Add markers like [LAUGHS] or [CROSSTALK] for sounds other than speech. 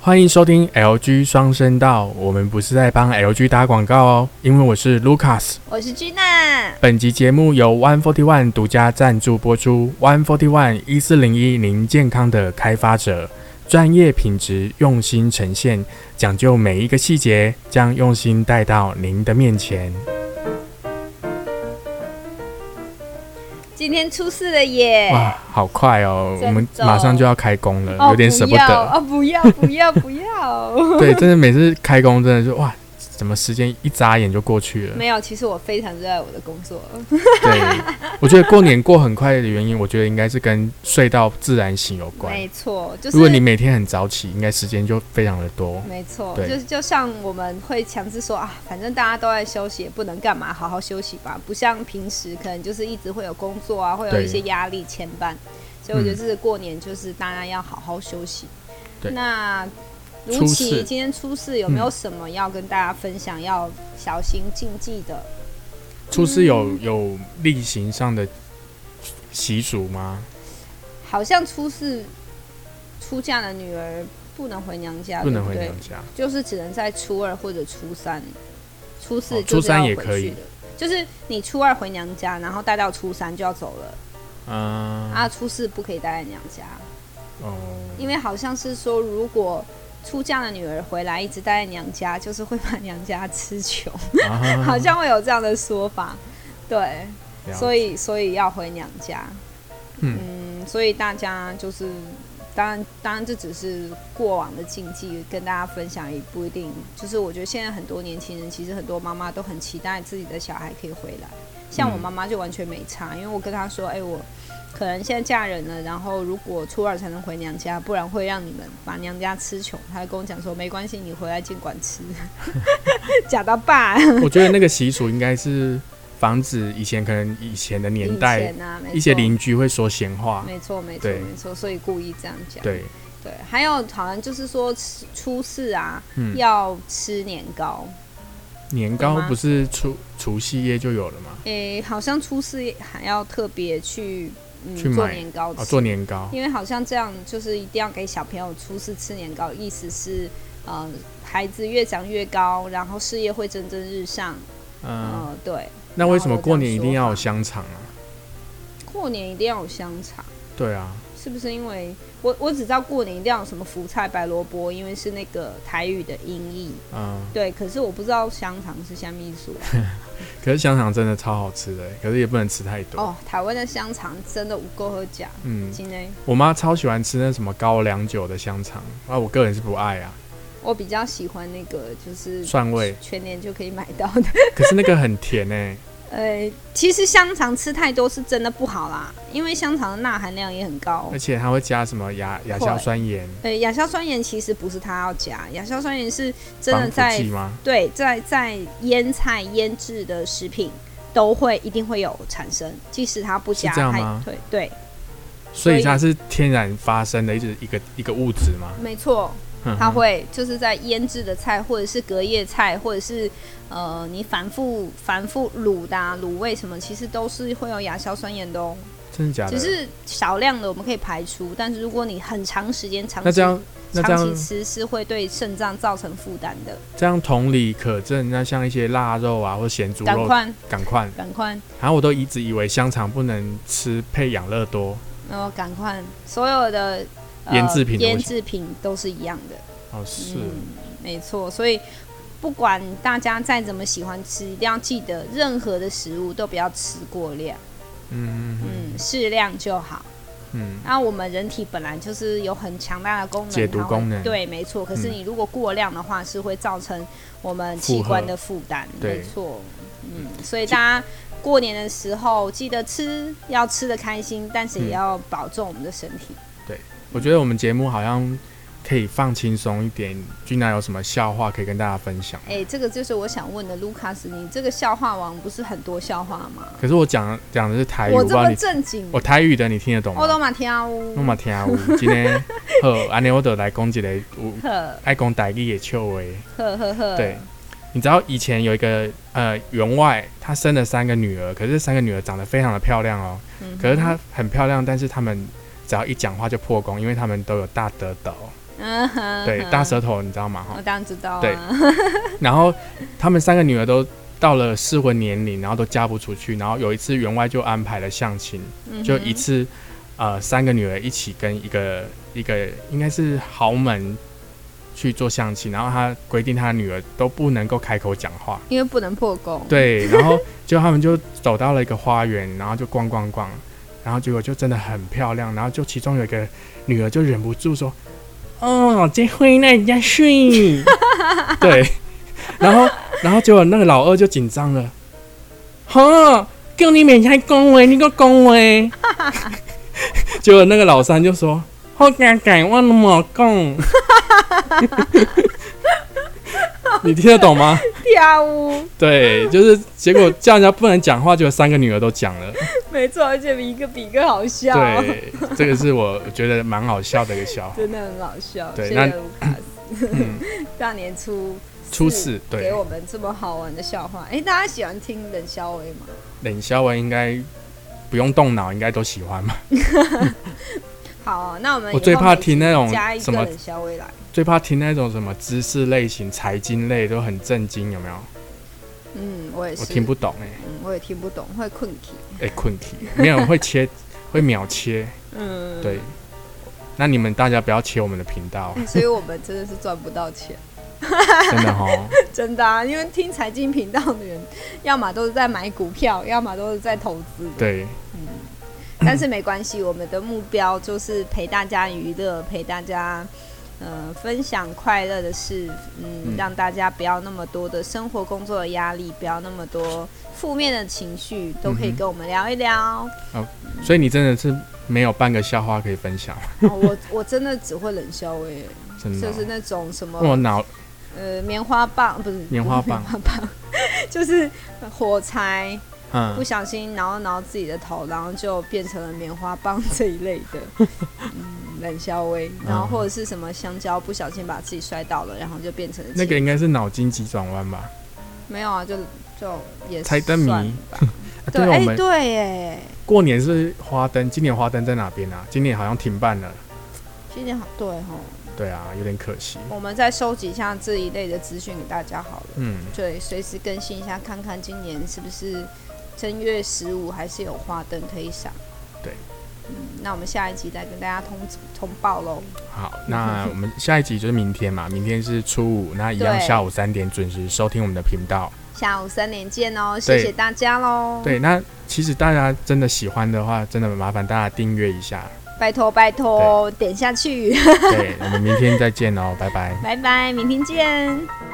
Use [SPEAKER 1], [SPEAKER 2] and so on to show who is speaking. [SPEAKER 1] 欢迎收听 LG 双声道，我们不是在帮 LG 打广告哦，因为我是 Lucas。
[SPEAKER 2] 我是君娜，
[SPEAKER 1] 本集节目由 One Forty One 独家赞助播出。One Forty One 一四零一零健康的开发者，专业品质，用心呈现，讲究每一个细节，将用心带到您的面前。
[SPEAKER 2] 今天出事了耶！
[SPEAKER 1] 哇，好快哦，
[SPEAKER 2] 真
[SPEAKER 1] 我们
[SPEAKER 2] 的
[SPEAKER 1] 马上就要开工了，
[SPEAKER 2] 哦，
[SPEAKER 1] 有点舍不得。
[SPEAKER 2] 哦，不要不要不要！ [LAUGHS]
[SPEAKER 1] 对，真的每次开工真的是哇，怎么时间一眨眼就过去了？
[SPEAKER 2] 没有，其实我非常热爱我的工作，
[SPEAKER 1] 对，我觉得过年过很快的原因，我觉得应该是跟睡到自然醒有关。
[SPEAKER 2] 没错，就是嗯
[SPEAKER 1] 如果你每天很早起，应该时间就非常的多。
[SPEAKER 2] 没错，
[SPEAKER 1] 对
[SPEAKER 2] 就是就像我们会强制说啊，反正大家都在休息，也不能干嘛，好好休息吧。不像平时可能就是一直会有工作啊，会有
[SPEAKER 1] 对
[SPEAKER 2] 一些压力牵绊，所以我觉得
[SPEAKER 1] 嗯
[SPEAKER 2] 这个过年就是大家要好好休息。
[SPEAKER 1] 对
[SPEAKER 2] 那
[SPEAKER 1] 初
[SPEAKER 2] 如
[SPEAKER 1] 四
[SPEAKER 2] 琪今天出事有没有什么要跟大家分享？要小心禁忌的？
[SPEAKER 1] 初四有有例行上的习俗吗？
[SPEAKER 2] 好像出事出嫁的女儿不能回娘家，
[SPEAKER 1] 不能
[SPEAKER 2] 对
[SPEAKER 1] 回
[SPEAKER 2] 对
[SPEAKER 1] 娘家。
[SPEAKER 2] 就是只能在初二或者初三、初四
[SPEAKER 1] 哦
[SPEAKER 2] 就是要
[SPEAKER 1] 初三也
[SPEAKER 2] 回去
[SPEAKER 1] 可以
[SPEAKER 2] 的。就是你初二回娘家，然后待到初三就要走了、
[SPEAKER 1] 嗯，
[SPEAKER 2] 啊，初四不可以待在娘家， [LAUGHS]
[SPEAKER 1] 哦，
[SPEAKER 2] 因为好像是说如果出嫁的女儿回来一直待在娘家，就是会把娘家吃穷，
[SPEAKER 1] 啊
[SPEAKER 2] 好像会有这样的说法。对，
[SPEAKER 1] 了解
[SPEAKER 2] 所以所以要回娘家。
[SPEAKER 1] 嗯
[SPEAKER 2] 嗯，所以大家就是，当然当然这只是过往的禁忌，跟大家分享也不一定。就是我觉得现在很多年轻人，其实很多妈妈都很期待自己的小孩可以回来。像我
[SPEAKER 1] 嗯
[SPEAKER 2] 妈妈就完全没差，因为我跟她说，哎、我可能现在嫁人了，然后如果初二才能回娘家，不然会让你们把娘家吃穷。她就跟我讲说，没关系，你回来尽管吃， [LAUGHS] 假到爸。
[SPEAKER 1] 我觉得那个习俗应该是防止以前可能以前的年
[SPEAKER 2] 以
[SPEAKER 1] 代
[SPEAKER 2] 前啊，没
[SPEAKER 1] 一些
[SPEAKER 2] 错
[SPEAKER 1] 邻居会说闲话。
[SPEAKER 2] 没错，没错，
[SPEAKER 1] 对
[SPEAKER 2] 没错，所以故意这样讲。
[SPEAKER 1] 对，
[SPEAKER 2] 对还有好像就是说吃初四啊，
[SPEAKER 1] 嗯
[SPEAKER 2] 要吃年糕。
[SPEAKER 1] 年
[SPEAKER 2] 有
[SPEAKER 1] 糕
[SPEAKER 2] 吗
[SPEAKER 1] 不是除除夕夜就有了吗？
[SPEAKER 2] 诶、好像初四还要特别去嗯
[SPEAKER 1] 去买
[SPEAKER 2] 做年糕吃，
[SPEAKER 1] 啊，做年糕。
[SPEAKER 2] 因为好像这样就是一定要给小朋友初四吃年糕，意思是呃孩子越长越高，然后事业会蒸蒸日上。
[SPEAKER 1] 嗯，
[SPEAKER 2] 呃，对，
[SPEAKER 1] 那为什么
[SPEAKER 2] 然后
[SPEAKER 1] 过年一定要有
[SPEAKER 2] 这
[SPEAKER 1] 香肠啊？
[SPEAKER 2] 过年一定要有香肠。
[SPEAKER 1] 对啊，
[SPEAKER 2] 是不是因为我我只知道过年一定要有什么福菜白萝卜，因为是那个台语的音译，
[SPEAKER 1] 嗯，
[SPEAKER 2] 对，可是我不知道香肠是虾
[SPEAKER 1] [LAUGHS]
[SPEAKER 2] 米素
[SPEAKER 1] 可是香肠真的超好吃的，欸可是也不能吃太多。
[SPEAKER 2] 哦。台湾的香肠真的无够喝假，
[SPEAKER 1] 嗯，
[SPEAKER 2] 今天
[SPEAKER 1] 我妈超喜欢吃那什么高粱酒的香肠啊，我个人是不爱啊，
[SPEAKER 2] 我比较喜欢那个就是。
[SPEAKER 1] 蒜味
[SPEAKER 2] 全年就可以买到的。 [LAUGHS]
[SPEAKER 1] 可是那个很甜哎，
[SPEAKER 2] 呃，其实香肠吃太多是真的不好啦，因为香肠的钠含量也很高
[SPEAKER 1] 而。且它会加什么亚亚硝酸盐
[SPEAKER 2] 呃，亚硝酸盐其实不是它要加，亚硝酸盐是真
[SPEAKER 1] 防
[SPEAKER 2] 的
[SPEAKER 1] 腐
[SPEAKER 2] 在
[SPEAKER 1] 剂吗？
[SPEAKER 2] 对，在在腌菜、腌制的食品都会一定会有产生，即使它不加
[SPEAKER 1] 是这样
[SPEAKER 2] 太
[SPEAKER 1] 吗
[SPEAKER 2] 对对，
[SPEAKER 1] 所
[SPEAKER 2] 所
[SPEAKER 1] 以
[SPEAKER 2] 以
[SPEAKER 1] 它是天然发生的一直一个一个物质吗？
[SPEAKER 2] 没错，
[SPEAKER 1] 嗯
[SPEAKER 2] 它
[SPEAKER 1] 哼
[SPEAKER 2] 会就是在腌制的菜，或者是隔夜菜，或者是呃你反复反复卤的、啊、卤味什么，其实都是会有亚硝酸盐的哦。
[SPEAKER 1] 真的假
[SPEAKER 2] 只
[SPEAKER 1] 的？
[SPEAKER 2] 是少量的我们可以排除，但是如果你很长时间长
[SPEAKER 1] 那
[SPEAKER 2] 期
[SPEAKER 1] 这样那这
[SPEAKER 2] 长
[SPEAKER 1] 样
[SPEAKER 2] 期吃是会对肾脏造成负担的。
[SPEAKER 1] 这样同理可证，那像一些腊肉啊或咸猪
[SPEAKER 2] 赶
[SPEAKER 1] 肉，
[SPEAKER 2] 快
[SPEAKER 1] 赶快！
[SPEAKER 2] 赶快，
[SPEAKER 1] 然后我都一直以为香肠不能吃配养乐多
[SPEAKER 2] 然后哦赶快，所有的、呃
[SPEAKER 1] 腌制品的
[SPEAKER 2] 腌
[SPEAKER 1] 味道
[SPEAKER 2] 制品都是一样的。
[SPEAKER 1] 哦，是
[SPEAKER 2] 嗯，没错，所以不管大家再怎么喜欢吃，一定要记得，任何的食物都不要吃过量，
[SPEAKER 1] 嗯嗯
[SPEAKER 2] 嗯，适量就好。
[SPEAKER 1] 嗯
[SPEAKER 2] 那我们人体本来就是有很强大的功能，
[SPEAKER 1] 解毒
[SPEAKER 2] 它会
[SPEAKER 1] 功能嗯
[SPEAKER 2] 对，没错。可是你如果过量的话，是会造成我们器官的负担，
[SPEAKER 1] 对
[SPEAKER 2] 没错。嗯，所以大家过年的时候记得吃，要吃的开心，但是
[SPEAKER 1] 嗯
[SPEAKER 2] 也要保重我们的身体。
[SPEAKER 1] 我觉得我们节目好像可以放轻松一点。君娜有什么笑话可以跟大家分享？
[SPEAKER 2] 哎、这个就是我想问的，卢卡斯，你这个笑话王不是很多笑话吗？
[SPEAKER 1] 可是我讲讲的是台语，我
[SPEAKER 2] 我
[SPEAKER 1] 不知
[SPEAKER 2] 这
[SPEAKER 1] 道
[SPEAKER 2] 么
[SPEAKER 1] 你，
[SPEAKER 2] 正经，
[SPEAKER 1] 哎我台语的你听得懂
[SPEAKER 2] 我都
[SPEAKER 1] 吗？
[SPEAKER 2] 嘛听啊
[SPEAKER 1] 我
[SPEAKER 2] 有。
[SPEAKER 1] 嘛听啊有，今天好，安尼我就来讲一个有
[SPEAKER 2] 呵
[SPEAKER 1] 爱讲台语的笑话。
[SPEAKER 2] 呵呵呵，
[SPEAKER 1] 对，你知道以前有一个呃员外，他生了三个女儿，可是这三个女儿长得非常的漂亮哦。
[SPEAKER 2] 嗯哼
[SPEAKER 1] 可是她很漂亮，但是她们只要一讲话就破功，因为她们都有大得斗。
[SPEAKER 2] 嗯哼，
[SPEAKER 1] 对，大舌头你知道吗？哈
[SPEAKER 2] 我，当然知道
[SPEAKER 1] 对
[SPEAKER 2] 啊，
[SPEAKER 1] 然后他们三个女儿都到了适婚年龄，然后都嫁不出去。然后有一次，员外就安排了相亲，
[SPEAKER 2] 嗯
[SPEAKER 1] 就
[SPEAKER 2] 哼
[SPEAKER 1] 一次，呃，三个女儿一起跟一个一个应该是豪门去做相亲，然后他规定他女儿都不能够开口讲话。
[SPEAKER 2] 因为不能破功，
[SPEAKER 1] 对，然后就他们就走到了一个花园，然后就逛逛逛，然后结果就真的很漂亮，然后就其中有一个女儿就忍不住说：“哦，这回那人家睡。”对，然后然后结果那个老二就紧张了，哈，叫你每天恭维，你个恭维。 [LAUGHS] 结果那个老三就说：“好敢敢我那么讲。” [LAUGHS] 你听得懂吗？
[SPEAKER 2] 跳舞，
[SPEAKER 1] 对，就是结果叫人家不能讲话，结果三个女儿都讲
[SPEAKER 2] [LAUGHS]
[SPEAKER 1] 了。
[SPEAKER 2] 没错，而且比一个比一个好笑，
[SPEAKER 1] 对，这个是我觉得蛮好笑的一个笑话。
[SPEAKER 2] [LAUGHS] 真的很好笑，
[SPEAKER 1] 对
[SPEAKER 2] 谢
[SPEAKER 1] 那
[SPEAKER 2] 谢卢卡斯，
[SPEAKER 1] 嗯，
[SPEAKER 2] [LAUGHS] 大年初
[SPEAKER 1] 初四对
[SPEAKER 2] 给我们这么好玩的笑话，哎，大家喜欢听冷笑话吗？
[SPEAKER 1] 冷笑话应该不用动脑，应该都喜欢
[SPEAKER 2] [LAUGHS]
[SPEAKER 1] 吧？
[SPEAKER 2] 好啊、那我们
[SPEAKER 1] 我
[SPEAKER 2] 以
[SPEAKER 1] 最
[SPEAKER 2] 后
[SPEAKER 1] 怕
[SPEAKER 2] 每
[SPEAKER 1] 听那种
[SPEAKER 2] 加一
[SPEAKER 1] 什
[SPEAKER 2] 个
[SPEAKER 1] 么，
[SPEAKER 2] 冷笑话来，
[SPEAKER 1] 最怕听那种什么知识类型、财经类都很震惊，有没有？
[SPEAKER 2] 嗯，我也是，
[SPEAKER 1] 我听不懂哎、
[SPEAKER 2] 嗯，我也听不懂，会困体，
[SPEAKER 1] 哎、困题没有人会切， [LAUGHS] 会秒切。
[SPEAKER 2] 嗯，
[SPEAKER 1] 对，，那你们大家不要切我们的频
[SPEAKER 2] [LAUGHS]
[SPEAKER 1] 道，
[SPEAKER 2] 所以我们真的是赚不到钱， [LAUGHS]
[SPEAKER 1] 真的哦。
[SPEAKER 2] 真的啊，因为听财经频道的人，要么都是在买股票，要么都是在投资，
[SPEAKER 1] 对，
[SPEAKER 2] 但是没关系，我们的目标就是陪大家娱乐，陪大家。呃，分享快乐的事，嗯，
[SPEAKER 1] 嗯
[SPEAKER 2] 让大家不要那么多的生活、工作的压力，不要那么多负面的情绪，都可以
[SPEAKER 1] 嗯哼
[SPEAKER 2] 跟我们聊一聊。
[SPEAKER 1] 所以你真的是没有半个笑话可以分享，
[SPEAKER 2] 哦、我我真的只会冷笑哎、
[SPEAKER 1] [LAUGHS] 真的、
[SPEAKER 2] 就是
[SPEAKER 1] 哦。
[SPEAKER 2] 那种什么
[SPEAKER 1] 我脑
[SPEAKER 2] 呃棉花棒，不是
[SPEAKER 1] 棉花棒
[SPEAKER 2] 不是棉花棒 [LAUGHS] 就是火柴，
[SPEAKER 1] 嗯
[SPEAKER 2] 不，小心挠了挠自己的头，然后就变成了棉花棒这一类
[SPEAKER 1] [LAUGHS]
[SPEAKER 2] 的，嗯，冷笑威，然后或者是什么香蕉，不小心把自己摔倒了，然后就变成了
[SPEAKER 1] 那个
[SPEAKER 2] 气
[SPEAKER 1] 应该是脑筋急转弯吧？
[SPEAKER 2] 没有啊，就就也
[SPEAKER 1] 猜灯谜 [LAUGHS]
[SPEAKER 2] 算吧，
[SPEAKER 1] 啊
[SPEAKER 2] 对，
[SPEAKER 1] 对，我
[SPEAKER 2] 哎、
[SPEAKER 1] 们
[SPEAKER 2] 对耶，
[SPEAKER 1] 过年是花灯，今年花灯在哪边啊？今年好像停办了。
[SPEAKER 2] 今天好对哦，
[SPEAKER 1] 对啊，有点可惜。
[SPEAKER 2] 我们再收集一下这一类的资讯给大家好了。
[SPEAKER 1] 嗯，
[SPEAKER 2] 对，随时更新一下，看看今年是不是正月十五还是有花灯可以赏。
[SPEAKER 1] 对，
[SPEAKER 2] 嗯，那我们下一集再跟大家通通报喽。
[SPEAKER 1] 好，那我们下一集就是明天嘛，明天是初五，那一样
[SPEAKER 2] 对
[SPEAKER 1] 下午三点准时收听我们的频道。
[SPEAKER 2] 下午三点见哦，谢谢
[SPEAKER 1] 对
[SPEAKER 2] 大家喽。，
[SPEAKER 1] 对，那其实大家真的喜欢的话，真的麻烦大家订阅一下。
[SPEAKER 2] 拜托拜托，点下去， [LAUGHS]
[SPEAKER 1] 对，我们明天再见哦，拜拜。
[SPEAKER 2] 拜拜，明天见。